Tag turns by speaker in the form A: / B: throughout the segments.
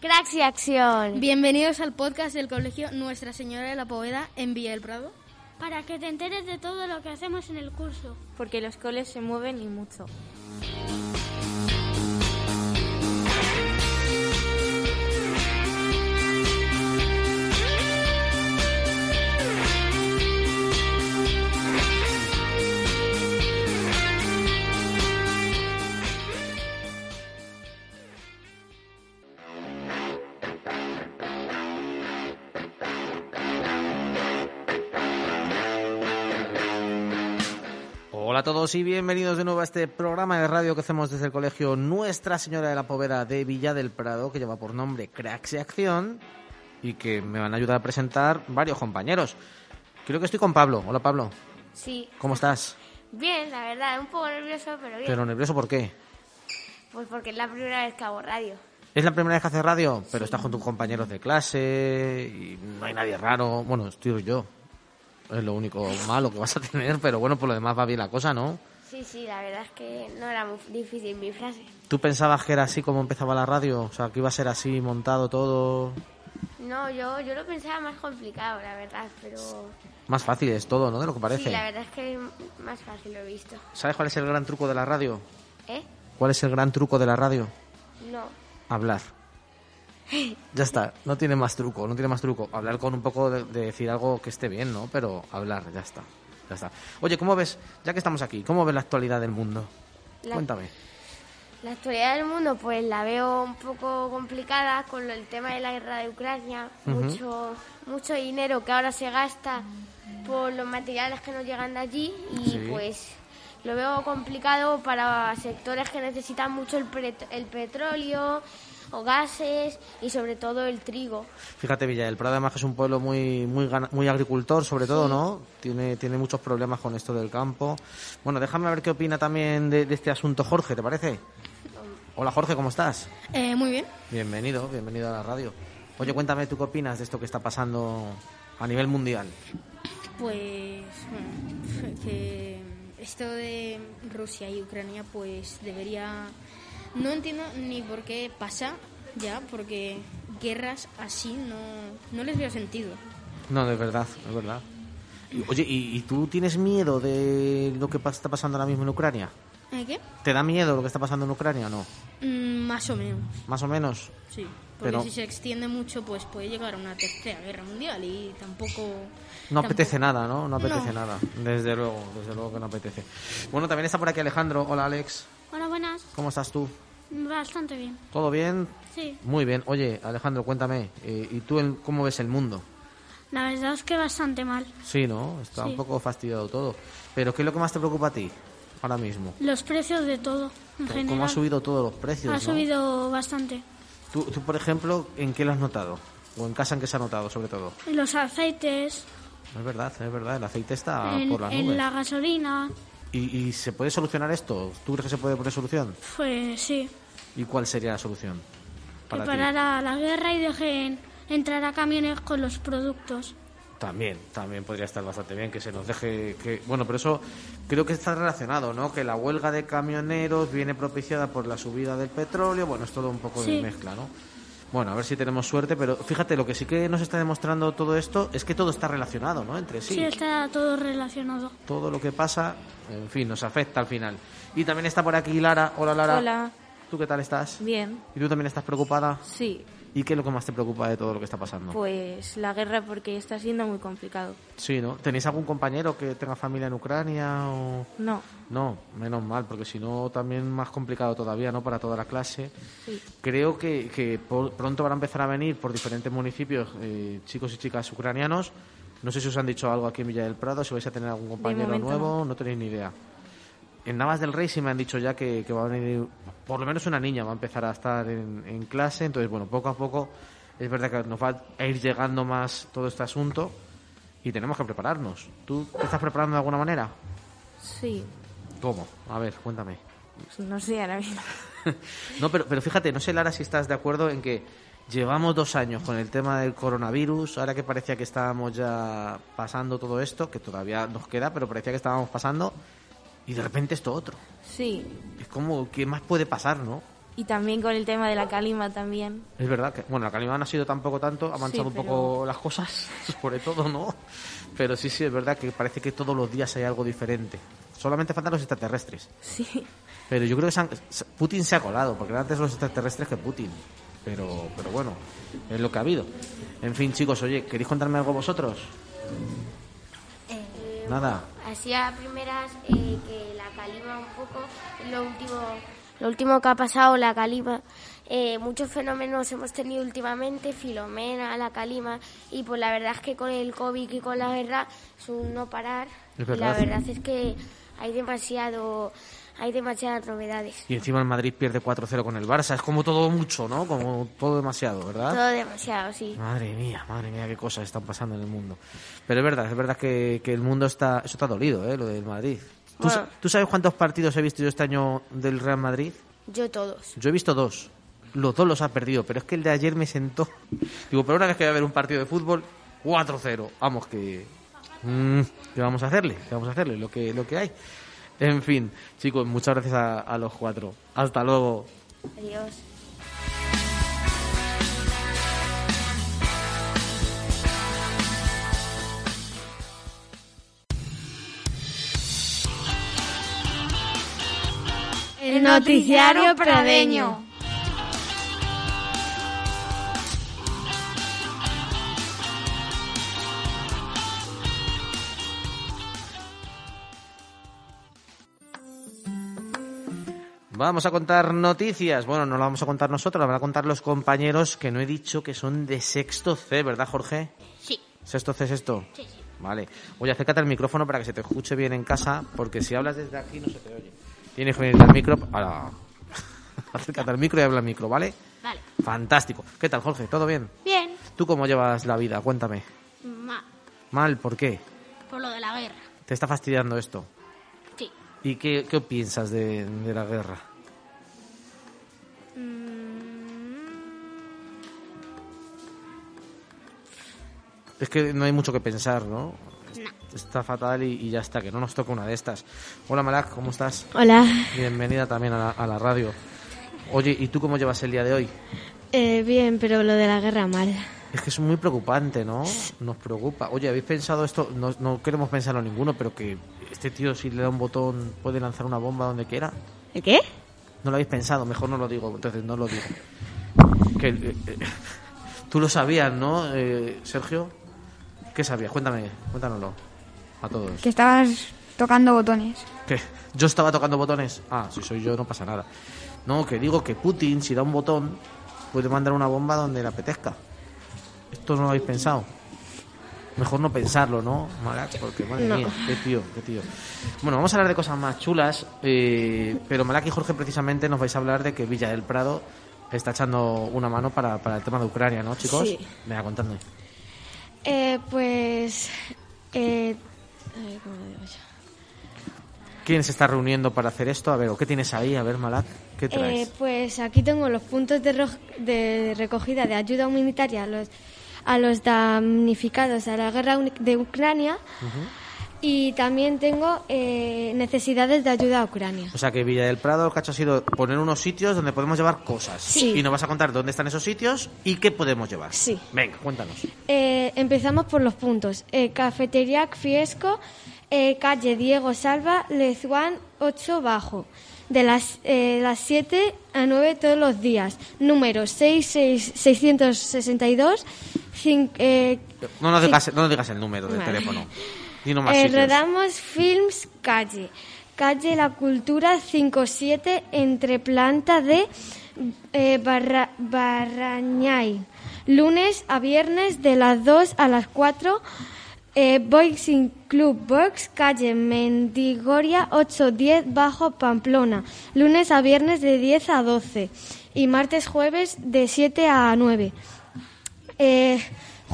A: Taxi Acción.
B: Bienvenidos al podcast del colegio Nuestra Señora de la Poveda en Villa del Prado.
C: para que te enteres de todo lo que hacemos en el curso.
D: porque los coles se mueven y mucho.
E: Hola a todos y bienvenidos de nuevo a este programa de radio que hacemos desde el colegio Nuestra Señora de la Poveda de Villa del Prado, que lleva por nombre Cracks y Acción y que me van a ayudar a presentar varios compañeros. Creo que estoy con Pablo. Hola Pablo,
A: Sí.
E: ¿cómo estás?
A: Bien, la verdad, un poco nervioso, pero bien.
E: Pero nervioso, ¿por qué?
A: Pues porque es la primera vez que hago radio.
E: Es la primera vez que haces radio, pero estás con tus compañeros de clase y no hay nadie raro. Bueno, estoy yo. Es lo único malo que vas a tener, pero bueno, por lo demás va bien la cosa, ¿no?
A: Sí, sí, la verdad es que no era muy difícil mi frase.
E: ¿Tú pensabas que era así como empezaba la radio? O sea, que iba a ser así montado todo.
A: No, yo, yo lo pensaba más complicado, la verdad, pero...
E: Más fácil es todo, ¿no? De lo que parece.
A: Sí, la verdad es que es más fácil lo he visto.
E: ¿Sabes cuál es el gran truco de la radio?
A: ¿Eh?
E: ¿Cuál es el gran truco de la radio?
A: No.
E: Hablar. Ya está, no tiene más truco, no tiene más truco. Hablar con un poco de, de decir algo que esté bien, ¿no? Pero hablar, ya está. Ya está. Oye, ¿cómo ves, ya que estamos aquí, cómo ves la actualidad del mundo?
A: La-
E: Cuéntame.
A: La actualidad del mundo, pues la veo un poco complicada con lo- el tema de la guerra de Ucrania.
E: Ujú.
A: Mucho mucho dinero que ahora se gasta por los materiales que nos llegan de allí y
E: Sí.
A: pues lo veo complicado para sectores que necesitan mucho el, pret- el petróleo o gases y sobre todo el trigo.
E: Fíjate, Villa del Prado además que es un pueblo muy muy gana- muy agricultor, sobre todo, ¿no? Tiene tiene muchos problemas con esto del campo. Bueno, déjame ver qué opina también de, de este asunto Jorge, ¿te parece? Hola Jorge, ¿cómo estás?
B: Eh, muy bien.
E: Bienvenido, bienvenido a la radio. Oye, cuéntame tú qué opinas de esto que está pasando a nivel mundial.
B: Pues bueno, que esto de Rusia y Ucrania pues debería... No entiendo ni por qué pasa ya, porque guerras así no, no les veo sentido.
E: No, de verdad, es verdad. Y- Oye, ¿y, y tú tienes miedo de lo que pa- está pasando ahora mismo en Ucrania?
B: ¿Eh, ¿Qué?
E: ¿Te da miedo lo que está pasando en Ucrania o no?
B: Mm, más o menos,
E: Más o menos.
B: sí. Porque
E: Pero-
B: si se extiende mucho pues puede llegar a una tercera guerra mundial y tampoco...
E: No
B: tampoco-
E: apetece nada, ¿no? No apetece
B: No.
E: nada. Desde luego, desde luego que no apetece. Bueno, también está por aquí Alejandro. Hola, Alex.
C: Hola, buenas.
E: ¿Cómo estás tú?
C: Bastante bien.
E: ¿Todo bien?
C: Sí.
E: Muy bien. Oye, Alejandro, cuéntame. eh, ¿Y tú el- cómo ves el mundo?
C: La verdad es que bastante mal.
E: Sí, ¿no? Está un
C: Sí.
E: poco fastidiado todo. Pero ¿qué es lo que más te preocupa a ti ahora mismo?
C: Los precios de todo, en general.
E: ¿Cómo ha subido todos los precios?
C: Ha
E: no?
C: subido bastante.
E: ¿Tú, tú, por ejemplo, en qué lo has notado? ¿O en casa en qué se ha notado, sobre todo?
C: Y Los aceites,
E: Es verdad, es verdad. El aceite está
C: en,
E: Ah, por las
C: en
E: nubes.
C: la gasolina,
E: ¿Y, y se puede solucionar esto? ¿Tú crees que se puede poner solución?
C: pues sí.
E: ¿Y cuál sería la solución?
C: Que
E: Para ti?
C: parara la guerra y dejen entrar a camiones con los productos.
E: También, también podría estar bastante bien que se nos deje que... Bueno, pero eso creo que está relacionado, ¿no? Que la huelga de camioneros viene propiciada por la subida del petróleo, bueno, es todo un poco de
C: Sí.
E: mezcla, ¿no? Bueno, a ver si tenemos suerte, pero fíjate, lo que sí que nos está demostrando todo esto es que todo está relacionado, ¿no? Entre sí.
C: Sí, está todo relacionado.
E: Todo lo que pasa, en fin, nos afecta al final. Y también está por aquí Lara. Hola, Lara.
D: Hola.
E: ¿Tú qué tal estás?
D: Bien,
E: ¿Y tú también estás preocupada?
D: sí,
E: ¿Y qué es lo que más te preocupa de todo lo que está pasando?
D: pues la guerra porque está siendo muy complicado.
E: Sí, ¿no? ¿Tenéis algún compañero que tenga familia en Ucrania o...?
D: No,
E: No, menos mal, porque si no también más complicado todavía, ¿no? Para toda la clase.
D: sí,
E: Creo que, que po- pronto van a empezar a venir por diferentes municipios eh, chicos y chicas ucranianos. No sé si os han dicho algo aquí en Villa del Prado, si vais a tener algún compañero
D: momento
E: nuevo, no. tenéis ni idea. En Navas del Rey sí me han dicho ya que, que va a venir, por lo menos una niña va a empezar a estar en, en clase. Entonces, bueno, poco a poco es verdad que nos va a ir llegando más todo este asunto y tenemos que prepararnos. ¿Tú te estás preparando de alguna manera?
D: sí.
E: ¿Cómo? A ver, cuéntame.
D: No sé ahora mismo.
E: No, pero, pero fíjate, no sé, Lara, si estás de acuerdo en que llevamos dos años con el tema del coronavirus, ahora que parecía que estábamos ya pasando todo esto, que todavía nos queda, pero parecía que estábamos pasando, y de repente esto otro.
D: Sí,
E: Es como, ¿qué más puede pasar, no?
D: Y también con el tema de la calima también.
E: Es verdad que, bueno, la Calima no ha sido tampoco tanto, ha manchado un
D: pero-
E: poco las cosas, sobre todo, ¿no? Pero sí, sí, es verdad que parece que todos los días hay algo diferente. Solamente faltan los extraterrestres.
D: Sí.
E: Pero yo creo que se han- se- Putin se ha colado, porque eran antes los extraterrestres que Putin. Pero, pero bueno, es lo que ha habido. En fin, chicos, oye, ¿queréis contarme algo vosotros?
D: Eh.
E: Nada.
A: Así a primeras eh, que la calima un poco, lo último, lo último que ha pasado, la calima, eh, muchos fenómenos hemos tenido últimamente, Filomena, la calima, y pues la verdad es que con el COVID y con la guerra es un no parar,
E: Es
A: y la
E: verdad.
A: verdad es que hay demasiado, hay demasiadas novedades,
E: Y encima el Madrid pierde 4-0 con el Barça. Es como todo mucho, ¿no? Como todo demasiado, ¿verdad?
A: todo demasiado, sí.
E: Madre mía, madre mía, qué cosas están pasando en el mundo. Pero es verdad, es verdad que, que el mundo está. Eso está dolido, ¿eh? Lo del Madrid. ¿Tú, sa-
A: Bueno.
E: tú sabes cuántos partidos he visto yo este año del Real Madrid?
A: Yo todos.
E: Yo he visto dos. Los dos los ha perdido, pero es que el de ayer me sentó. Digo, pero una vez que voy a ver un partido de fútbol, 4-0. Vamos, que. mm, ¿Qué vamos a hacerle? ¿Qué vamos a hacerle? Lo que, lo que hay. En fin, chicos, muchas gracias a- a los cuatro. Hasta luego.
A: Adiós.
C: El noticiario pradeño.
E: Vamos a contar noticias. Bueno, no las vamos a contar nosotros, las van a contar los compañeros que no he dicho que son de sexto C, ¿verdad, Jorge?
C: Sí.
E: ¿Sexto C es esto? Sí, sí. Vale. Oye, acércate al micrófono para que se te escuche bien en casa, porque si hablas desde aquí no se te oye. Tienes que venir al micro. Ahora. acércate al micro y habla al micro, ¿vale?
C: Vale.
E: Fantástico. ¿Qué tal, Jorge? ¿Todo bien?
C: Bien.
E: ¿Tú cómo llevas la vida? Cuéntame.
C: Ma-
E: ¿Mal? ¿Por qué?
C: por lo de la guerra.
E: ¿Te está fastidiando esto?
C: Sí.
E: ¿Y qué, qué piensas de, de la guerra? Es que no hay mucho que pensar, ¿no? Está fatal y, y ya está, que no nos toca una de estas. Hola Malak, ¿cómo estás?
B: Hola.
E: Bienvenida también a la, a la radio. Oye, ¿y tú cómo llevas el día de hoy?
B: Eh, bien, pero lo de la guerra mal.
E: Es que es muy preocupante, ¿no? Nos preocupa. Oye, ¿habéis pensado esto? No, no queremos pensarlo ninguno, pero que este tío si le da un botón puede lanzar una bomba donde quiera.
B: ¿El qué?
E: No lo habéis pensado, mejor no lo digo, entonces no lo digo. Que, eh, eh, tú lo sabías, ¿no, eh, Sergio? ¿Qué sabías? Cuéntame, cuéntanoslo a todos.
F: Que estabas tocando botones.
E: ¿Qué? ¿Yo estaba tocando botones? Ah, si soy yo no pasa nada. No, que digo que Putin, si da un botón, puede mandar una bomba donde le apetezca. Esto no lo habéis pensado. Mejor no pensarlo, ¿no, Malak? Porque, madre mía, qué tío, qué tío. Bueno, vamos a hablar de cosas más chulas, eh, pero Malak y Jorge precisamente nos vais a hablar de que Villa del Prado está echando una mano para, para el tema de Ucrania, ¿no, chicos?
F: Sí.
E: Venga, contadme.
F: pues. eh,
E: ¿Quién se está reuniendo para hacer esto? A ver, ¿o ¿qué tienes ahí? A ver, Malak, ¿qué traes?
G: Eh, pues aquí tengo los puntos de, roj- de recogida de ayuda humanitaria a los, a los damnificados a la guerra uni- de Ucrania y también tengo eh, necesidades de ayuda a Ucrania.
E: O sea que Villa del Prado lo que ha hecho ha sido poner unos sitios donde podemos llevar cosas.
G: Sí.
E: Y nos vas a contar dónde están esos sitios y qué podemos llevar.
G: Sí.
E: Venga, cuéntanos.
G: Eh, empezamos por los puntos. Eh, cafetería Fiesco, eh, calle Diego Salva, Lezuán 8 Bajo. De las, eh, las 7 a 9 todos los días. Número 662 eh,
E: No nos digas, no nos digas el número del teléfono. Dinos más
G: Eh,
E: sitios.
G: rodamos Films Calle. Calle La Cultura 57, entre planta de eh, Barra- Barrañay. Lunes a viernes de las 2 a las 4. Eh, Boxing Club Box, calle Mendigoria 810, bajo Pamplona. Lunes a viernes de 10 a 12. Y martes, jueves de 7 a 9. Eh,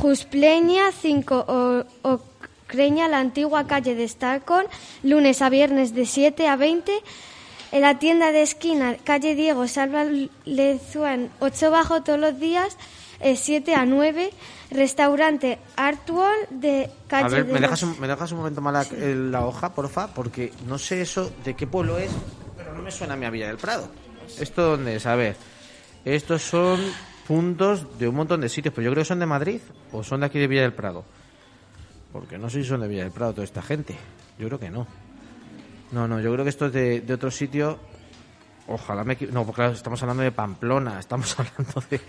G: Juspleña 5 o- Ocreña, la antigua calle de Stalkon, lunes a viernes de 7 a 20. En la tienda de esquina, calle Diego Salva Lezuán, 8 bajo todos los días, eh, 7 a 9. Restaurante Artwall de calle
E: a ver,
G: de
E: ¿me dejas,
G: los-
E: un, ¿me dejas un momento Malak eh, la hoja, porfa? Porque no sé eso de qué pueblo es, pero no me suena a mi a Villa del Prado. ¿Esto dónde es? A ver. Estos son puntos de un montón de sitios, pero yo creo que son de Madrid o son de aquí de Villa del Prado. Porque no sé si son de Villa del Prado toda esta gente. Yo creo que no. No, no, yo creo que esto es de, de otro sitio. Ojalá me equi- No, porque claro, estamos hablando de Pamplona, estamos hablando de.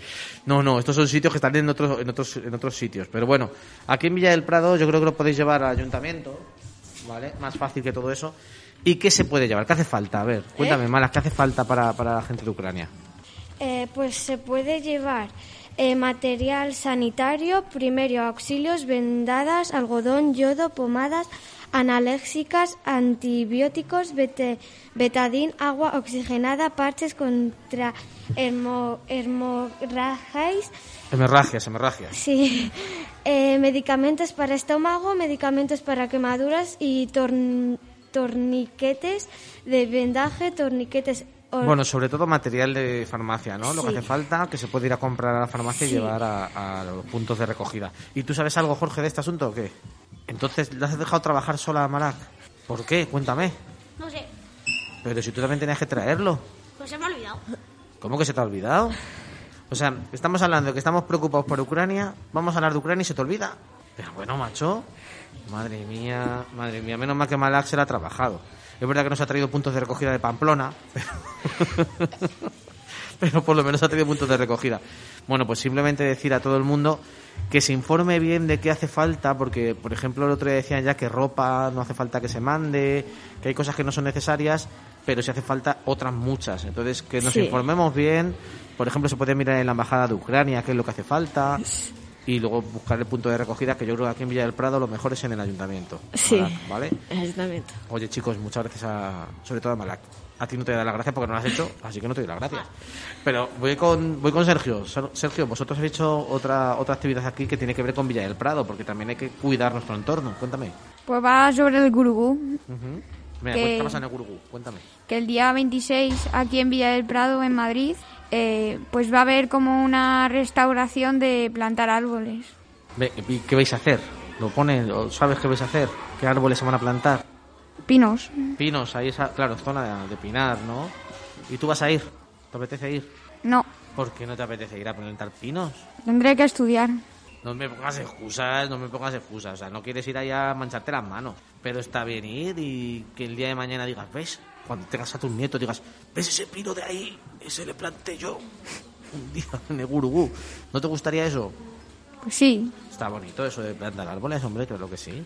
E: No, no, estos son sitios que están en otros, en otros, en otros sitios. Pero bueno, aquí en Villa del Prado yo creo que lo podéis llevar al ayuntamiento, ¿vale? Más fácil que todo eso. ¿Y qué se puede llevar? ¿Qué hace falta? A ver, cuéntame, Malas, ¿qué hace falta para, para la gente de Ucrania?
G: Eh, pues se puede llevar eh, material sanitario, primero auxilios, vendadas, algodón, yodo, pomadas, analéxicas, antibióticos, bete- betadín, agua oxigenada, parches contra hermo, hermorragias,
E: Hemorragias, hemorragias.
G: sí, eh, medicamentos para estómago, medicamentos para quemaduras y torn- torniquetes de vendaje, torniquetes. or-
E: Bueno, sobre todo material de farmacia, ¿no? Lo que
G: Sí.
E: hace falta, que se puede ir a comprar a la farmacia y llevar a, a los puntos de recogida. ¿Y tú sabes algo, Jorge, de este asunto o qué? Entonces, ¿la has dejado trabajar sola a Malak? ¿Por qué? Cuéntame.
C: No sé,
E: Pero si tú también tenías que traerlo.
C: pues se me ha olvidado.
E: ¿Cómo que se te ha olvidado? O sea, estamos hablando de que estamos preocupados por Ucrania, vamos a hablar de Ucrania y se te olvida. Pero bueno, macho, madre mía, madre mía, menos mal que Malak se la ha trabajado. Es verdad que nos ha traído puntos de recogida de Pamplona, pero, pero por lo menos ha traído puntos de recogida. Bueno, pues simplemente decir a todo el mundo que se informe bien de qué hace falta, porque, por ejemplo, el otro día decían ya que ropa no hace falta que se mande, que hay cosas que no son necesarias, pero sí hace falta otras muchas. Entonces, que nos
H: Sí.
E: informemos bien. Por ejemplo, se puede mirar en la embajada de Ucrania qué es lo que hace falta y luego buscar el punto de recogida, que yo creo que aquí en Villa del Prado lo mejor es en el ayuntamiento.
H: Sí.
E: ¿Vale?
H: Exactamente.
E: Oye, chicos, muchas gracias a, sobre todo a Malak. A ti no te da las gracias porque no lo has hecho, así que no te doy las gracias. Pero voy con, voy con Sergio. Ser- Sergio, vosotros habéis hecho otra, otra actividad aquí que tiene que ver con Villa del Prado, porque también hay que cuidar nuestro entorno. Cuéntame.
F: Pues va sobre el Gurugú,
E: Ujú. Mira,
F: Que-
E: pues, ¿qué pasa en el Gurugú? Cuéntame.
F: que el día 26 aquí en Villa del Prado, en Madrid, eh, pues va a haber como una restauración de plantar árboles.
E: Ve- ¿y ¿Qué vais a hacer? ¿Lo ponen? ¿O ¿Sabes qué vais a hacer? ¿Qué árboles se van a plantar?
F: Pinos.
E: Pinos, ahí esa, claro, zona de, de pinar, ¿no? ¿Y tú vas a ir? ¿Te apetece ir?
F: No,
E: ¿Por qué no te apetece ir a plantar pinos?
F: tendré que estudiar.
E: No me pongas excusas, no me pongas excusas. O sea, no quieres ir allá a mancharte las manos. Pero está bien ir y que el día de mañana digas, ¿ves? Cuando tengas a tus nietos digas, ¿ves ese pino de ahí? Ese le planté yo un día en el gurugú. ¿No te gustaría eso?
F: Pues sí,
E: Está bonito eso de plantar árboles, hombre, creo que sí.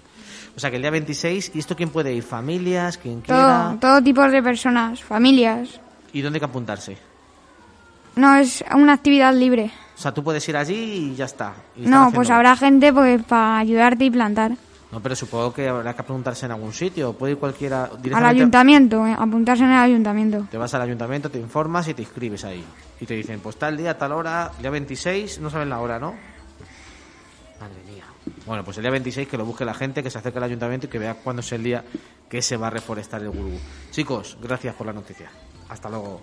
E: O sea, que el día 26, ¿y esto quién puede ir? ¿Familias? ¿Quién quiera?
F: todo, todo tipo de personas, familias.
E: ¿Y dónde hay que apuntarse?
F: No, es una actividad libre.
E: O sea, tú puedes ir allí y ya está. Y están
F: No,
E: haciendo-
F: pues habrá gente pues, para ayudarte y plantar.
E: No, pero supongo que habrá que apuntarse en algún sitio. Puede ir cualquiera
F: Al
E: directamente.
F: ayuntamiento, eh, apuntarse en el ayuntamiento.
E: Te vas al ayuntamiento, te informas y te inscribes ahí. Y te dicen, pues tal día, tal hora, día 26, no saben la hora, ¿no? Madre mía. Bueno, pues el día 26 que lo busque la gente, que se acerque al ayuntamiento y que vea cuándo es el día que se va a reforestar el Gurú. Chicos, gracias por la noticia. Hasta luego.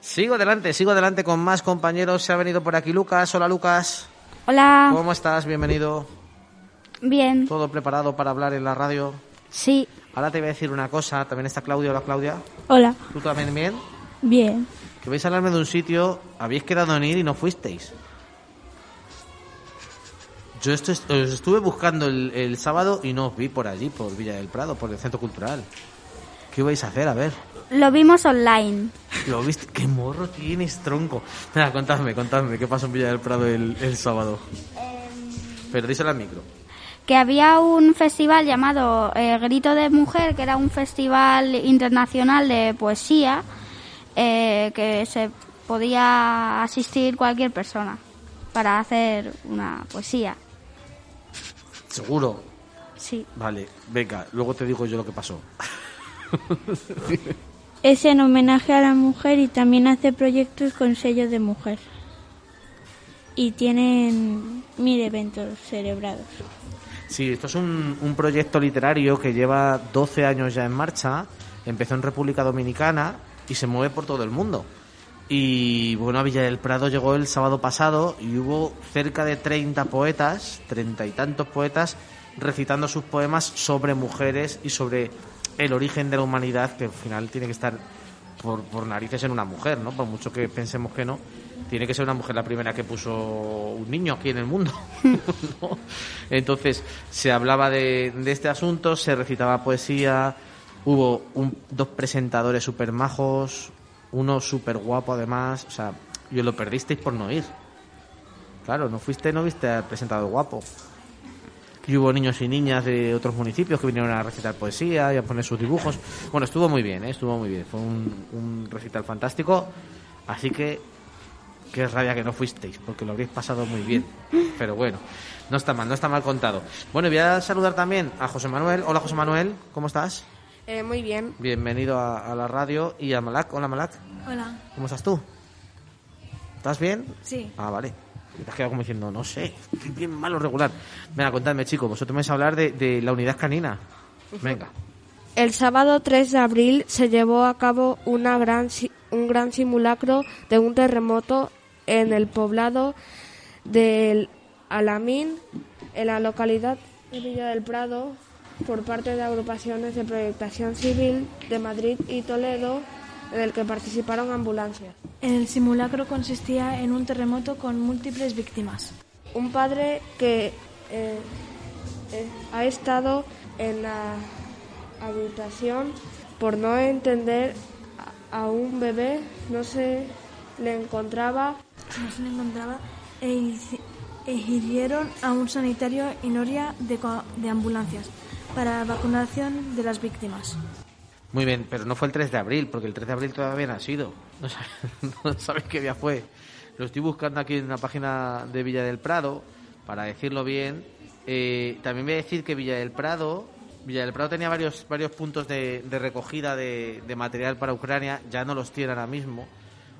E: Sigo adelante, sigo adelante con más compañeros. Se ha venido por aquí Lucas. Hola Lucas.
C: Hola.
E: ¿Cómo estás? Bienvenido.
C: Bien.
E: ¿Todo preparado para hablar en la radio?
C: Sí.
E: Ahora te voy a decir una cosa. También está Claudia. Hola Claudia.
C: Hola.
E: ¿Tú también bien?
C: Bien.
E: Que vais a hablarme de un sitio, habéis quedado en ir y no fuisteis. Yo esto est- os estuve buscando el, el sábado y no os vi por allí, por Villa del Prado, por el Centro Cultural. ¿Qué vais a hacer? A ver.
C: Lo vimos online.
E: ¿Lo viste? ¡Qué morro tienes, tronco! Nada, contadme, contadme, ¿qué pasó en Villa del Prado el, el sábado? Pero díselo al micro.
C: que había un festival llamado eh, Grito de Mujer, que era un festival internacional de poesía eh, que se podía asistir cualquier persona para hacer una poesía.
E: Seguro.
C: Sí.
E: Vale, venga, luego te digo yo lo que pasó.
I: Es en homenaje a la mujer y también hace proyectos con sellos de mujer. Y tienen mil eventos celebrados.
E: Sí, esto es un, un proyecto literario que lleva 12 años ya en marcha. Empezó en República Dominicana y se mueve por todo el mundo. Y bueno, a Villa del Prado llegó el sábado pasado y hubo cerca de 30 poetas, treinta y tantos poetas, recitando sus poemas sobre mujeres y sobre el origen de la humanidad, que al final tiene que estar por, por narices en una mujer, ¿no? Por mucho que pensemos que no, tiene que ser una mujer la primera que puso un niño aquí en el mundo. ¿no? Entonces, se hablaba de, de este asunto, se recitaba poesía, hubo un- dos presentadores super majos, uno súper guapo además, o sea, y os lo perdisteis por no ir. Claro, no fuiste, no viste al presentador guapo. Y hubo niños y niñas de otros municipios que vinieron a recitar poesía y a poner sus dibujos. Bueno, estuvo muy bien, ¿eh? estuvo muy bien. Fue un, un recital fantástico. Así que qué rabia que no fuisteis, porque lo habréis pasado muy bien. Pero bueno, no está mal, no está mal contado. Bueno, y voy a saludar también a José Manuel. Hola José Manuel, ¿cómo estás?
H: Eh, muy bien.
E: Bienvenido a, a la radio y a Malak. Hola Malak,
H: Hola.
E: ¿cómo estás tú? ¿Estás bien?
H: Sí.
E: Ah, vale. Te has quedado como diciendo, no sé, estoy bien malo regular. Venga, contadme, chicos, vosotros me vais a hablar de, de la unidad canina. Venga.
H: El sábado 3 de abril se llevó a cabo una gran, si- un gran simulacro de un terremoto en el poblado del Alamín, en la localidad de Villa del Prado, por parte de agrupaciones de proyectación civil de Madrid y Toledo, en el que participaron ambulancias.
J: El simulacro consistía en un terremoto con múltiples víctimas.
H: un padre que eh, eh, ha estado en la habitación por no entender a, a un bebé, no se le encontraba.
J: No se le encontraba e, hici- e hirieron a un sanitario y noria de, co- de ambulancias para vacunación de las víctimas.
E: Muy bien, pero no fue el 3 de abril, porque el 3 de abril todavía no ha sido. No sab- no sabéis, qué día fue. Lo estoy buscando aquí en la página de Villa del Prado, para decirlo bien. Eh, también voy a decir que Villa del Prado, Villa del Prado tenía varios, varios puntos de, de recogida de, de material para Ucrania, ya no los tiene ahora mismo.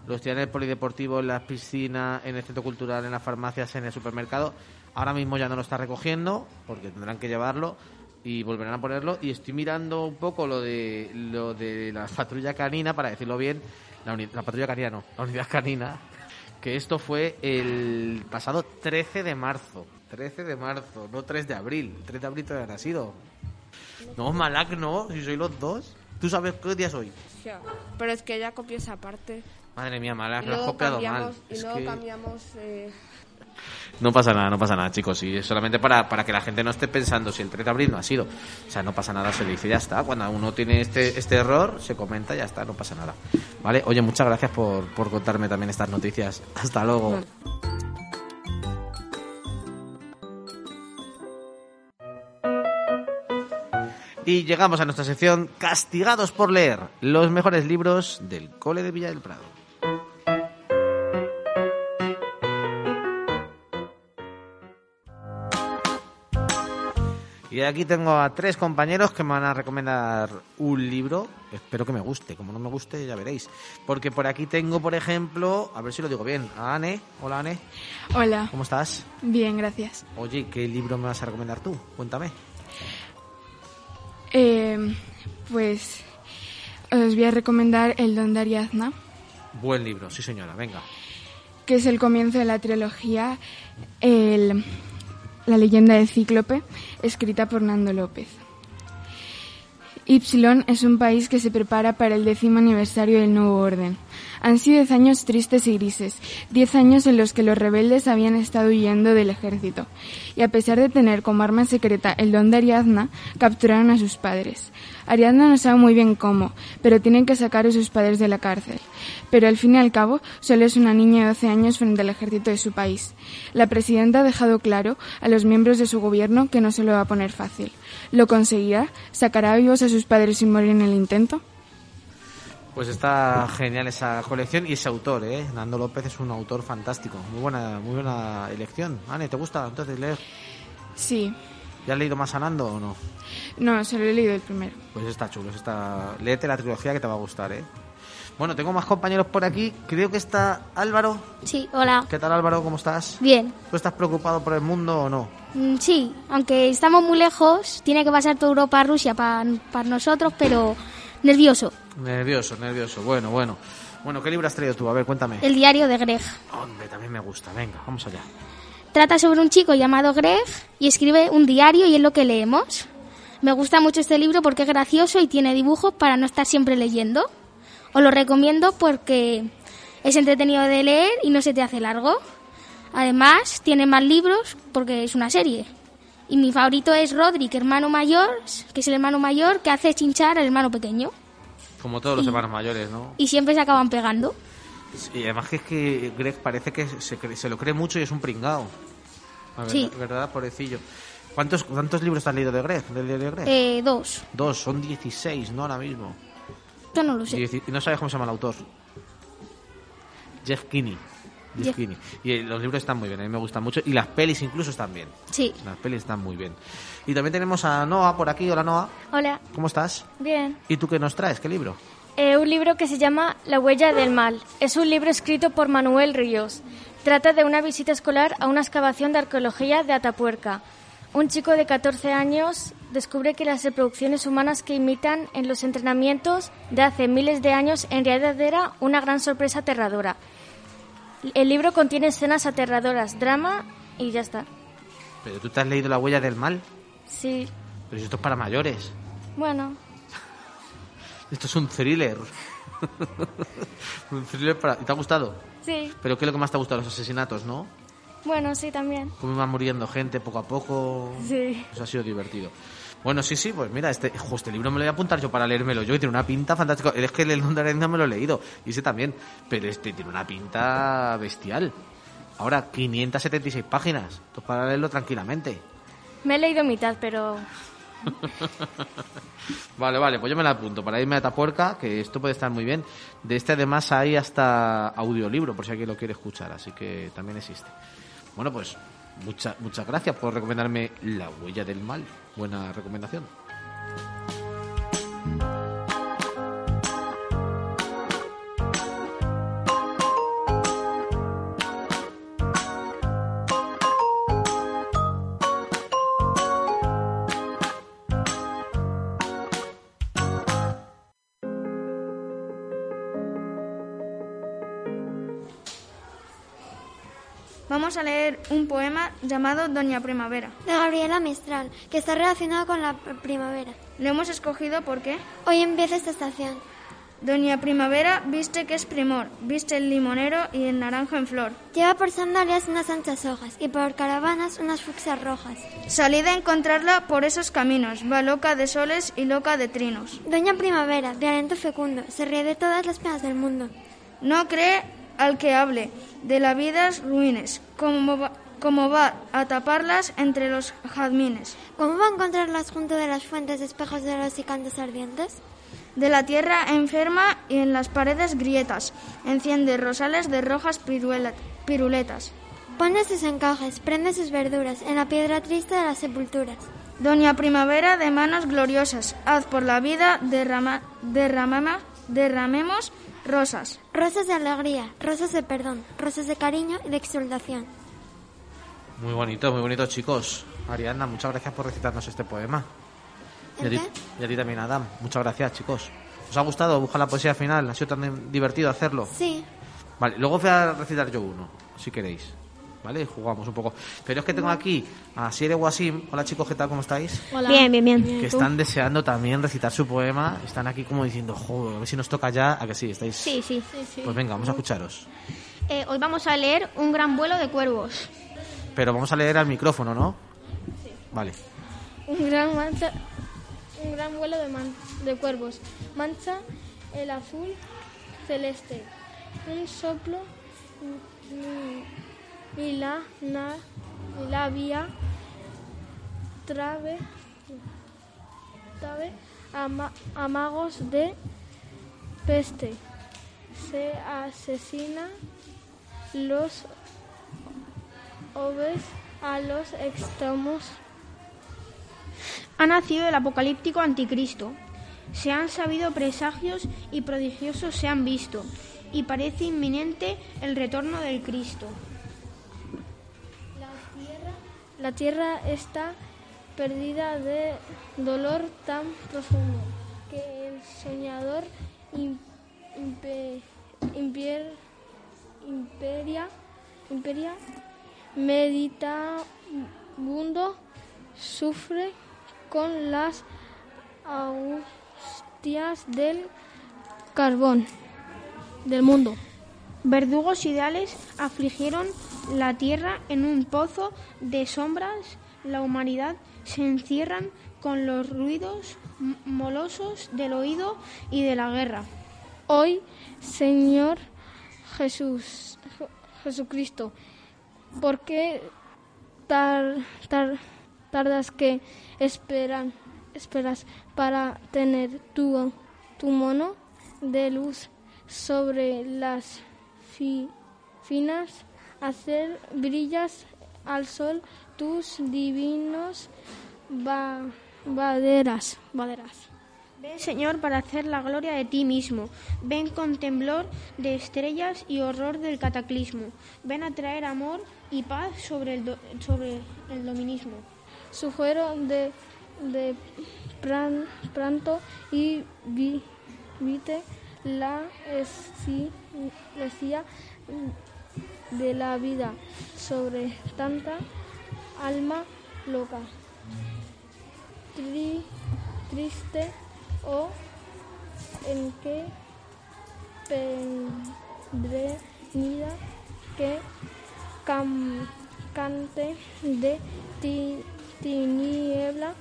E: Los tiene en el polideportivo, en las piscinas, en el centro cultural, en las farmacias, en el supermercado. Ahora mismo ya no lo está recogiendo, porque tendrán que llevarlo y volverán a ponerlo. Y estoy mirando un poco lo de lo de la patrulla canina, para decirlo bien, la, uni- la patrulla canina no, la unidad canina, que esto fue el pasado 13 de marzo. 13 de marzo, no 3 de abril. 3 de abril todavía no ha sido. No, Malak no, si soy los dos. ¿Tú sabes qué día soy?
H: Pero es que ya copié esa parte.
E: Madre mía, Malak,
H: y
E: lo has
H: luego
E: copiado mal.
H: cambiamos, y
E: Es
H: luego
E: que-
H: cambiamos eh,
E: No pasa nada, no pasa nada, chicos. Y es solamente para, para que la gente no esté pensando si el 3 de abril no ha sido. O sea, no pasa nada, se le dice, ya está. Cuando uno tiene este, este error, se comenta, ya está, no pasa nada. ¿Vale? Oye, muchas gracias por, por contarme también estas noticias. Hasta luego. Y llegamos a nuestra sección Castigados por leer, los mejores libros del Cole de Villa del Prado. Y aquí tengo a tres compañeros que me van a recomendar un libro. Espero que me guste. Como no me guste, ya veréis. Porque por aquí tengo, por ejemplo, a ver si lo digo bien, a Ane. Hola, Ane.
K: Hola,
E: ¿Cómo estás?
K: bien, gracias.
E: Oye, ¿qué libro me vas a recomendar tú? Cuéntame.
K: Eh, pues os voy a recomendar El don de Ariadna,
E: Buen libro, sí señora, venga.
K: que es el comienzo de la trilogía el- La leyenda de Cíclope, escrita por Nando López. Y es un país que se prepara para el décimo aniversario del nuevo orden. Han sido 10 años tristes y grises, 10 años en los que los rebeldes habían estado huyendo del ejército, y a pesar de tener como arma secreta el don de Ariadna, capturaron a sus padres. Ariadna no sabe muy bien cómo, pero tienen que sacar a sus padres de la cárcel. Pero al fin y al cabo, solo es una niña de 12 años frente al ejército de su país. La presidenta ha dejado claro a los miembros de su gobierno que no se lo va a poner fácil. ¿Lo conseguirá? ¿Sacará vivos a sus padres sin morir en el intento?
E: Pues está genial esa colección y ese autor, ¿eh? Nando López es un autor fantástico. Muy buena, muy buena elección. Ane, ¿te gusta entonces leer?
K: Sí.
E: ¿Ya has leído más a Nando o no?
K: No, solo he leído el primero.
E: Pues está chulo, está... léete la trilogía que te va a gustar, ¿eh? Bueno, tengo más compañeros por aquí. Creo que está Álvaro.
A: Sí, hola.
E: ¿Qué tal Álvaro? ¿Cómo estás?
A: Bien.
E: ¿Tú estás preocupado por el mundo o no?
L: Mm, Sí, aunque estamos muy lejos, tiene que pasar toda Europa a Rusia para nosotros, pero nervioso.
E: Nervioso, nervioso. Bueno, bueno. Bueno, ¿qué libro has traído tú? A ver, cuéntame.
L: El diario de Greg.
E: Hombre, también me gusta. Venga, vamos allá.
L: Trata sobre un chico llamado Greg y escribe un diario y es lo que leemos. Me gusta mucho este libro porque es gracioso y tiene dibujos para no estar siempre leyendo. Os lo recomiendo porque es entretenido de leer y no se te hace largo. Además, tiene más libros porque es una serie. Y mi favorito es Roderick, hermano mayor, que es el hermano mayor que hace chinchar al hermano pequeño.
E: Como todos los hermanos mayores, ¿no?
L: Y siempre se acaban pegando.
E: Y además que es que Greg parece que se, cre- se lo cree mucho y es un pringao. La verdad-
L: Sí.
E: ¿Verdad? Pobrecillo. ¿Cuántos, ¿Cuántos libros has leído de Greg? del diario de Greg?
L: Eh, dos.
E: Dos, son 16, ¿no? Ahora mismo.
L: Yo no lo sé.
E: Dieci- y no sabes cómo se llama el autor. Jeff Kinney. Jeff
L: Jeff-
E: Kinney. Y eh, los libros están muy bien, a mí me gustan mucho. Y las pelis incluso están bien.
L: Sí.
E: Las pelis están muy bien. Y también tenemos a Noah por aquí. Hola, Noah.
M: Hola,
E: ¿Cómo estás?
M: bien.
E: ¿Y tú qué nos traes? ¿Qué libro?
M: Eh, un libro que se llama La huella del mal. Es un libro escrito por Manuel Ríos. Trata de una visita escolar a una excavación de arqueología de Atapuerca. Un chico de 14 años descubre que las reproducciones humanas que imitan en los entrenamientos de hace miles de años en realidad era una gran sorpresa aterradora. El libro contiene escenas aterradoras, drama y ya está.
E: Pero tú te has leído La huella del mal.
M: Sí,
E: Pero si esto es para mayores.
M: bueno,
E: Esto es un thriller. un thriller para... ¿Y te ha gustado?
M: sí,
E: ¿Pero qué es lo que más te ha gustado? Los asesinatos, ¿no?
M: bueno, sí también.
E: Cómo iba muriendo gente poco a poco.
M: Sí.
E: Pues ha sido divertido. Bueno, sí, sí, pues mira, este, jo, este libro me lo voy a apuntar yo para leérmelo yo, que tiene una pinta fantástica. Es que el del Don Arena me lo he leído, y ese también, pero este tiene una pinta bestial. Ahora, 576 páginas, pues para leerlo tranquilamente.
M: Me he leído mitad, pero
E: Vale, vale, pues yo me la apunto para irme a Tapuerca, que esto puede estar muy bien. De este además hay hasta audiolibro, por si alguien lo quiere escuchar, así que también existe. Bueno, pues mucha- muchas gracias por recomendarme La huella del mal. Buena recomendación.
I: Vamos a leer un poema llamado Doña Primavera.
N: de Gabriela Mistral, que está relacionado con la pr- primavera.
I: Lo hemos escogido porque
N: Hoy empieza esta estación.
I: Doña Primavera viste que es primor, viste el limonero y el naranjo en flor.
N: Lleva por sandalias unas anchas hojas y por caravanas unas fucsias rojas.
I: Salí de encontrarla por esos caminos, va loca de soles y loca de trinos.
N: Doña Primavera, de aliento fecundo, se ríe de todas las penas del mundo.
I: No cree al que hable de la vidas ruines, como va, como va a taparlas entre los jazmines.
N: ¿Cómo va a encontrarlas junto de las fuentes de espejos de los y cantos ardientes?
I: De la tierra enferma y en las paredes grietas, enciende rosales de rojas piruela- piruletas.
N: Pone sus encajes, prende sus verduras en la piedra triste de las sepulturas.
I: Doña Primavera de manos gloriosas, haz por la vida derrama, derramama- derramemos rosas.
N: Rosas de alegría, rosas de perdón, rosas de cariño y de exultación.
E: Muy bonito, muy bonito, chicos. Ariadna, muchas gracias por recitarnos este poema. Y a, ti, y a ti también, Adam. Muchas gracias, chicos. ¿Os ha gustado? Busca la poesía final. Ha sido tan divertido hacerlo.
N: Sí.
E: Vale, luego voy a recitar yo uno, si queréis. ¿Vale? Jugamos un poco. Pero es que tengo aquí a Sire Wasim. Hola, chicos, ¿qué tal? ¿Cómo estáis?
O: Hola. Bien, bien, bien. Bien,
E: Que
O: ¿tú?
E: están deseando también recitar su poema. Están aquí como diciendo, joder, a ver si nos toca ya. ¿A que sí? ¿Estáis?
O: Sí, sí.
E: Pues venga, vamos a escucharos.
O: Eh, hoy vamos a leer Un gran vuelo de cuervos.
E: Pero vamos a leer al micrófono, ¿no?
O: Sí.
E: Vale.
O: Un gran mancha, un gran vuelo de, man- de cuervos. Mancha el azul celeste. Un soplo mm, mm, y la, na, y la vía trave, trave ama- amagos de peste. Se asesina los oves a los extremos
I: Ha nacido el apocalíptico anticristo. Se han sabido presagios y prodigiosos se han visto, y parece inminente el retorno del Cristo.
O: La tierra La tierra está perdida de dolor tan profundo que el soñador im- impe- impier- imperia, imperia meditabundo sufre con las angustias del
I: Carbón del mundo. Verdugos ideales afligieron la tierra en un pozo de sombras. La humanidad se encierran con los ruidos m- molosos del oído y de la guerra.
O: Hoy, Señor Jesús, Je- Jesucristo, ¿por qué tar- tar- tardas que esperan, esperas para tener tu, tu mono de luz sobre las fi- finas, hacer brillas al sol tus divinos ba- baderas? baderas?
I: Ven, Señor, para hacer la gloria de ti mismo. Ven con temblor de estrellas y horror del cataclismo. Ven a traer amor y paz sobre el, do- sobre el dominismo.
O: sujero de, de pran- pranto y vi- vite la esci- escía de la vida sobre tanta alma loca. Tri- triste o en que pendrenida que cam- cante de ti- tiniebla,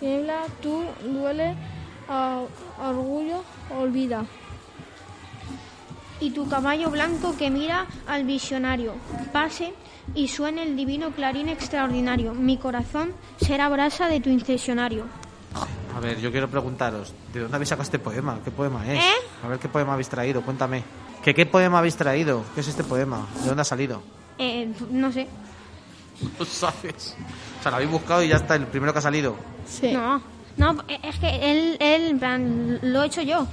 O: tiniebla tú duele a- orgullo olvida.
I: Y tu caballo blanco que mira al visionario. Pase y suene el divino clarín extraordinario. Mi corazón será brasa de tu incesionario.
E: A ver, yo quiero preguntaros, ¿de dónde habéis sacado este poema? ¿Qué poema es?
I: ¿Eh?
E: A ver, ¿qué poema habéis traído? Cuéntame. ¿Qué, ¿Qué poema habéis traído? ¿Qué es este poema? ¿De dónde ha salido?
I: Eh, no sé.
E: No sabes. O sea, lo habéis buscado y ya está, el primero que ha salido.
I: No, no, eh, es que él, él en plan, lo he hecho yo.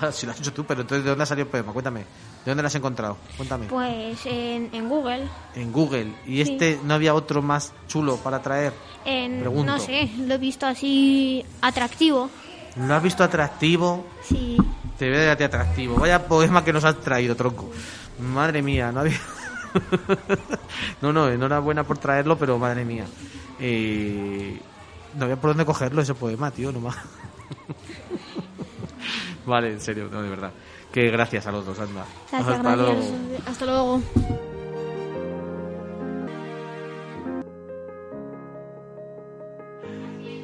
E: Ya, si lo has hecho tú, pero entonces ¿de dónde ha salido el poema? Cuéntame. ¿De dónde lo has encontrado? Cuéntame.
I: Pues en, en Google.
E: En Google. ¿Y
I: Sí.
E: este no había otro más chulo para traer?
I: En,
E: Pregunto.
I: no sé, lo he visto así atractivo.
E: ¿Lo has visto atractivo?
I: Sí.
E: Te veo a ti atractivo. Vaya poema que nos has traído, tronco. Madre mía, no había... no, no, enhorabuena por traerlo, pero madre mía. Eh, No había por dónde cogerlo ese poema, tío, nomás. vale, en serio, no, de verdad. Que gracias a los dos, anda.
O: Gracias,
E: Hasta luego.
O: gracias. Hasta luego.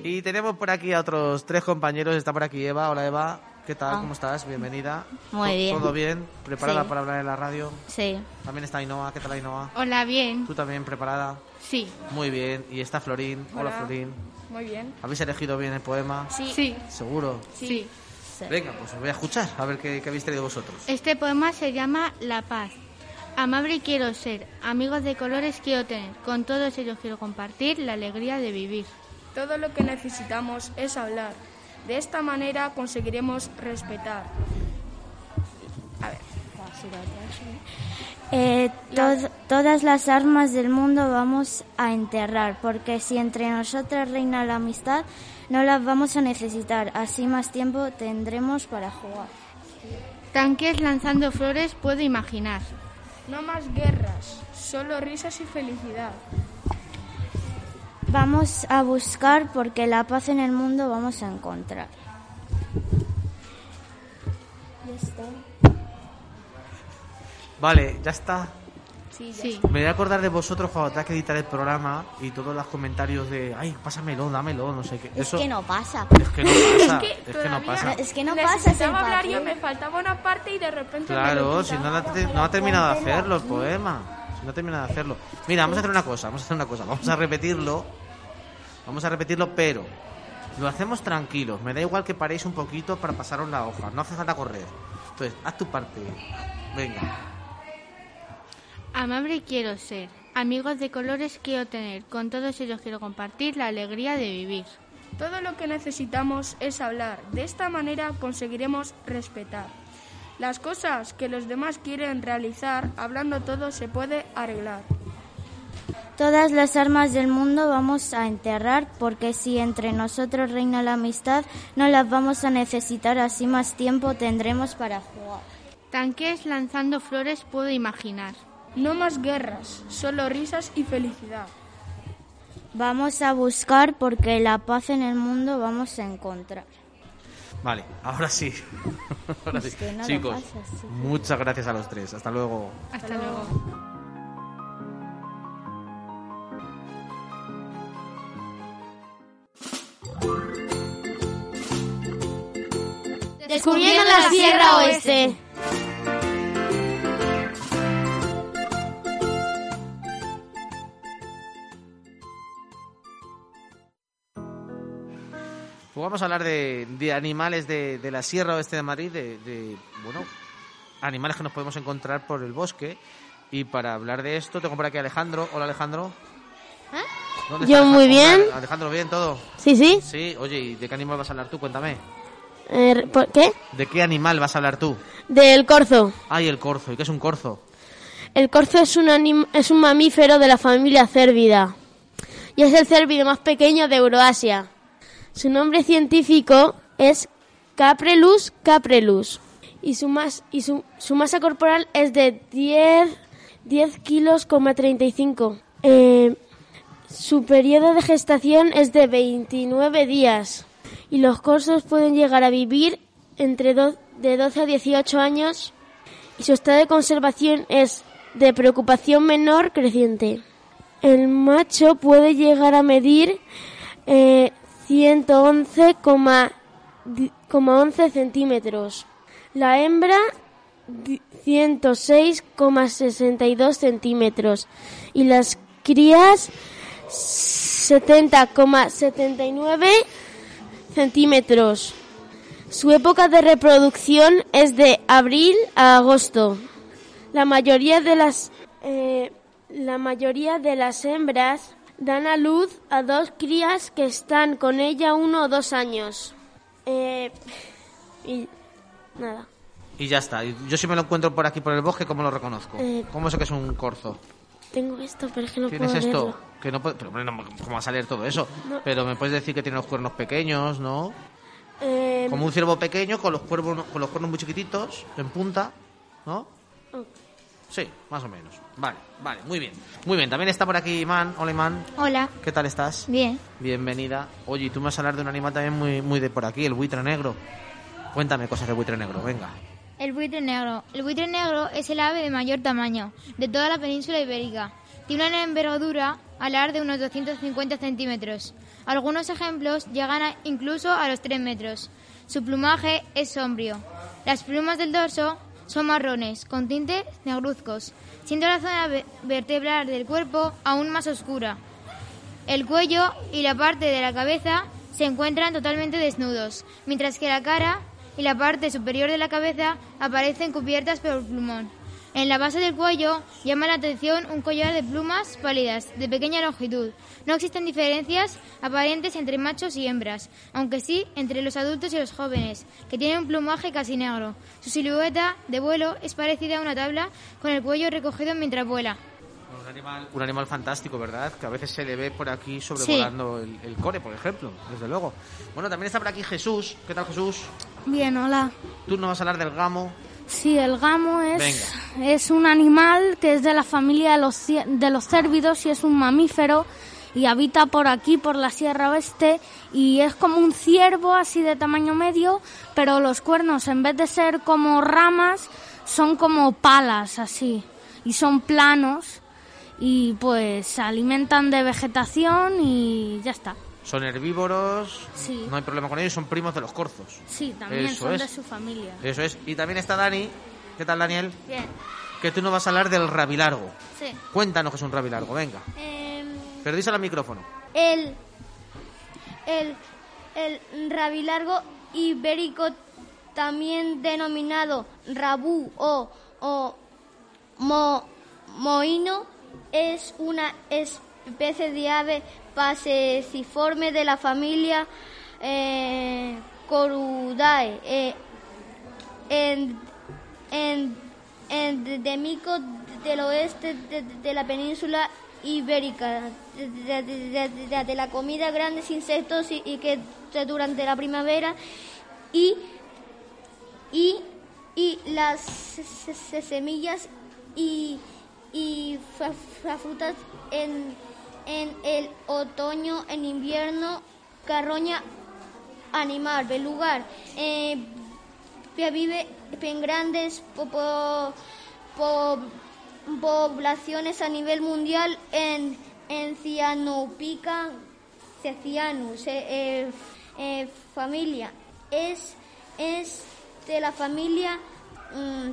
E: Y tenemos por aquí a otros tres compañeros. Está por aquí Eva. Hola, Eva. ¿Qué tal?
P: Ah.
E: ¿Cómo estás? Bienvenida.
P: Muy
E: ¿To-
P: bien.
E: ¿Todo bien? ¿Preparada
P: Sí.
E: para hablar en la radio?
P: Sí.
E: También está Ainhoa. ¿Qué tal, Ainhoa?
Q: Hola, bien.
E: ¿Tú también preparada?
Q: Sí.
E: Muy bien. Y está Florín. Hola,
Q: Hola.
E: Florín.
Q: Muy bien.
E: ¿Habéis elegido bien el poema?
Q: Sí. Sí.
E: ¿Seguro?
Q: Sí.
E: Venga, pues os voy a escuchar a ver qué, qué habéis traído vosotros.
Q: Este poema se llama La Paz. Amable quiero ser, amigos de colores quiero tener, con todos ellos quiero compartir la alegría de vivir.
R: Todo lo que necesitamos es hablar. De esta manera conseguiremos respetar. A ver.
S: Eh, tod- todas las armas del mundo vamos a enterrar, porque si entre nosotras reina la amistad, no las vamos a necesitar. Así más tiempo tendremos para jugar.
Q: Tanques lanzando flores puedo imaginar.
R: No más guerras, solo risas y felicidad.
S: Vamos a buscar porque la paz en el mundo vamos a encontrar.
R: Ya está.
E: Vale, ya está.
R: Sí,
Q: ya Sí. está.
E: Me voy a acordar de vosotros cuando tenga que editar el programa y todos los comentarios de, ay, pásamelo, dámelo, no sé qué.
R: Es
E: Eso
R: que
S: No pasa.
E: es que no pasa.
R: Es que
E: es que no
R: todavía-
E: pasa.
S: Es que no pasa
R: Necesitaba
S: sin
R: hablar
S: papel.
R: yo, me faltaba una parte y de repente. me
E: Claro,
R: lo
E: si no,
R: quitaba.
E: la- no ha terminado de hacerlo el poema. Si no ha terminado de hacerlo. Mira, vamos a hacer una cosa, vamos a hacer una cosa. Vamos a repetirlo. Vamos a repetirlo, pero lo hacemos tranquilos. Me da igual que paréis un poquito para pasaros la hoja. No hace falta correr. Entonces, haz tu parte. Venga.
Q: Amable quiero ser, amigos de colores quiero tener, con todos ellos quiero compartir la alegría de vivir.
R: Todo lo que necesitamos es hablar. De esta manera conseguiremos respetar. Las cosas que los demás quieren realizar, hablando todo se puede arreglar.
S: Todas las armas del mundo vamos a enterrar porque si entre nosotros reina la amistad, no las vamos a necesitar, así más tiempo tendremos para jugar.
Q: Tanques lanzando flores puedo imaginar.
R: No más guerras, solo risas y felicidad.
S: Vamos a buscar porque la paz en el mundo vamos a encontrar.
E: Vale, ahora sí. Ahora
S: Es
E: sí.
S: que no lo
E: Chicos,
S: pasas, sí.
E: muchas gracias a los tres. Hasta luego.
Q: Hasta luego.
P: Descubriendo la Sierra Oeste.
E: Pues vamos a hablar de, de animales de, de la Sierra Oeste de Madrid, de, de, bueno, animales que nos podemos encontrar por el bosque. Y para hablar de esto, tengo por aquí a Alejandro. Hola, Alejandro. ¿Dónde
P: ¿Ah? Yo
E: está
P: muy
E: Alejandro?
P: bien.
E: Alejandro, ¿bien todo?
P: Sí, sí.
E: Sí, oye, ¿y de qué animal vas a hablar tú? Cuéntame.
P: Eh, ¿Por qué?
E: ¿De qué animal vas a hablar tú?
P: Del corzo.
E: Ay, el corzo. ¿Y qué es un corzo?
P: El corzo es un, anim- es un mamífero de la familia cérvida y es el cérvido más pequeño de Euroasia. Su nombre científico es Caprelus caprelus y su, mas- y su- su masa corporal es de 10, 10 kilos, coma 35. Eh, su periodo de gestación es de 29 días y los corzos pueden llegar a vivir entre do- de 12 a 18 años y su estado de conservación es de preocupación menor creciente. El macho puede llegar a medir eh, 111,11 centímetros. La hembra di- 106,62 centímetros. Y las crías 70,79 centímetros. Su época de reproducción es de abril a agosto. La mayoría de las eh, la mayoría de las hembras dan a luz a dos crías que están con ella uno o dos años. Eh, y nada.
E: Y ya está. Y Yo si me lo encuentro por aquí por el bosque, ¿cómo lo reconozco?
P: Eh,
E: ¿Cómo sé que es un corzo?
P: Tengo esto, pero es que no
E: ¿Tienes
P: puedo
E: esto?
P: verlo.
E: Que no puede- pero hombre, no- ¿cómo va a salir todo eso?
P: No.
E: Pero me puedes decir que tiene los cuernos pequeños, ¿no?
P: Eh,
E: Como un ciervo pequeño con los cuernos, con los cuernos muy chiquititos, en punta, ¿no?
P: Ok.
E: Sí, más o menos. Vale, vale, muy bien. Muy bien, también está por aquí Iman. Hola Iman,
T: Hola,
E: ¿qué tal estás?
T: bien.
E: Bienvenida. Oye, y tú me vas a hablar de un animal también muy, muy de por aquí, el buitre negro. Cuéntame cosas del buitre negro, venga.
T: El buitre negro. El buitre negro es el ave de mayor tamaño de toda la península ibérica. Tiene una envergadura alar de unos 250 centímetros. Algunos ejemplos llegan a- incluso a los 3 metros. Su plumaje es sombrío. Las plumas del dorso son marrones, con tintes negruzcos, siendo la zona ve- vertebral del cuerpo aún más oscura. El cuello y la parte de la cabeza se encuentran totalmente desnudos, mientras que la cara y la parte superior de la cabeza aparecen cubiertas por plumón. En la base del cuello llama la atención un collar de plumas pálidas de pequeña longitud. No existen diferencias aparentes entre machos y hembras, aunque sí entre los adultos y los jóvenes, que tienen un plumaje casi negro. Su silueta de vuelo es parecida a una tabla con el cuello recogido mientras vuela.
E: Un animal, un animal fantástico, ¿verdad? Que a veces se le ve por aquí sobrevolando el, el core, por ejemplo, desde luego. Bueno, también está por aquí Jesús. ¿Qué tal, Jesús?
T: Bien, hola.
E: Tú nos vas a hablar del gamo.
T: Sí, el gamo
E: Venga.
T: es,
U: es un animal que es de la familia de los, cie- de los cérvidos y es un mamífero y habita por aquí, por la Sierra Oeste y es como un ciervo así de tamaño medio, pero los cuernos en vez de ser como ramas son como palas así y son planos y pues se alimentan de vegetación y ya está.
E: Son herbívoros,
U: Sí.
E: no hay problema con ellos, son primos de los corzos.
U: Sí, también
E: Eso
U: son
E: es.
U: de su familia.
E: Eso es. Y también está Dani. ¿Qué tal, Daniel?
V: Bien.
E: Que tú nos vas a hablar del rabilargo.
V: Sí. Em,
E: Cuéntanos qué es un rabilargo, venga. Pero díselo al micrófono.
V: el, el, el rabilargo ibérico, también denominado rabú o, o mo- moino, es una especie de ave paseciforme de la familia eh, Corudae. eh, en- en- endémico del oeste de, de la península ibérica, de, de- de- de- de la comida grandes insectos y, y que se- durante la primavera y, y, y las se- se- se- semillas y, y fa- fa- frutas en, en el otoño, en invierno, carroña animal, belugar, eh, que vive en grandes po- po- po- poblaciones a nivel mundial en, en Cianopica, Cecianus, eh, eh, eh, familia. Es, es de la familia mm,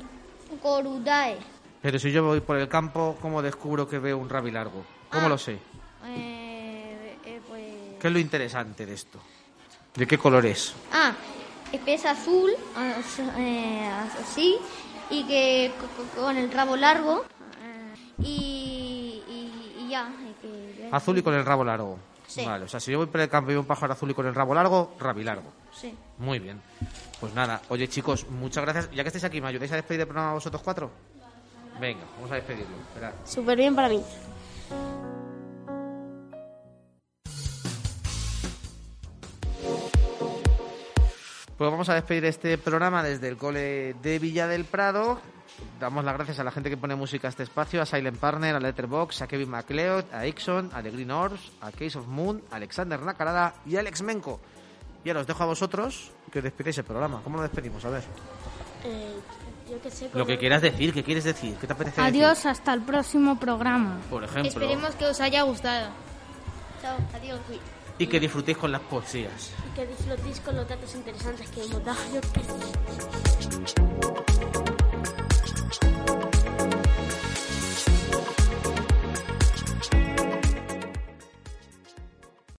V: Corudae.
E: Pero si yo voy por el campo, ¿cómo descubro que veo un rabi largo? ¿Cómo lo sé? ¿Qué es lo interesante de esto? ¿De qué color es?
V: Ah, eh, pez azul, as- eh, así, y que co- co- con el rabo largo. eh, Y, y- y ya. y que-
E: Azul y con el rabo largo.
V: Eh, Sí.
E: Vale, o sea, si yo voy por el campo y veo un pájaro azul y con el rabo largo, rabi largo.
V: Sí.
E: Muy bien. Pues nada, oye chicos, muchas gracias. Ya que estáis aquí, ¿me ayudáis a despedir el programa vosotros cuatro? Venga, vamos a despedirlo. Esperad.
P: Súper bien para mí.
E: Pues vamos a despedir este programa desde el cole de Villa del Prado. Damos las gracias a la gente que pone música a este espacio, a Silent Partner, a Letterbox, a Kevin MacLeod, a Ixon, a The Green Orbs, a Case of Moon, a Alexander Nacarada y a Alex Menko. Y ahora os dejo a vosotros que despidáis el programa. ¿Cómo lo despedimos? A ver.
U: Eh, yo qué sé,
E: Lo que quieras decir, ¿qué quieres decir? ¿Qué te apetece
U: Adiós, hasta el próximo programa.
E: decir? Por ejemplo.
T: Esperemos que os haya gustado.
L: Chao, adiós.
E: Y que disfrutéis con las poesías.
L: Y que disfrutéis con los datos interesantes que hemos dado. Yo qué sé.
B: Thank you.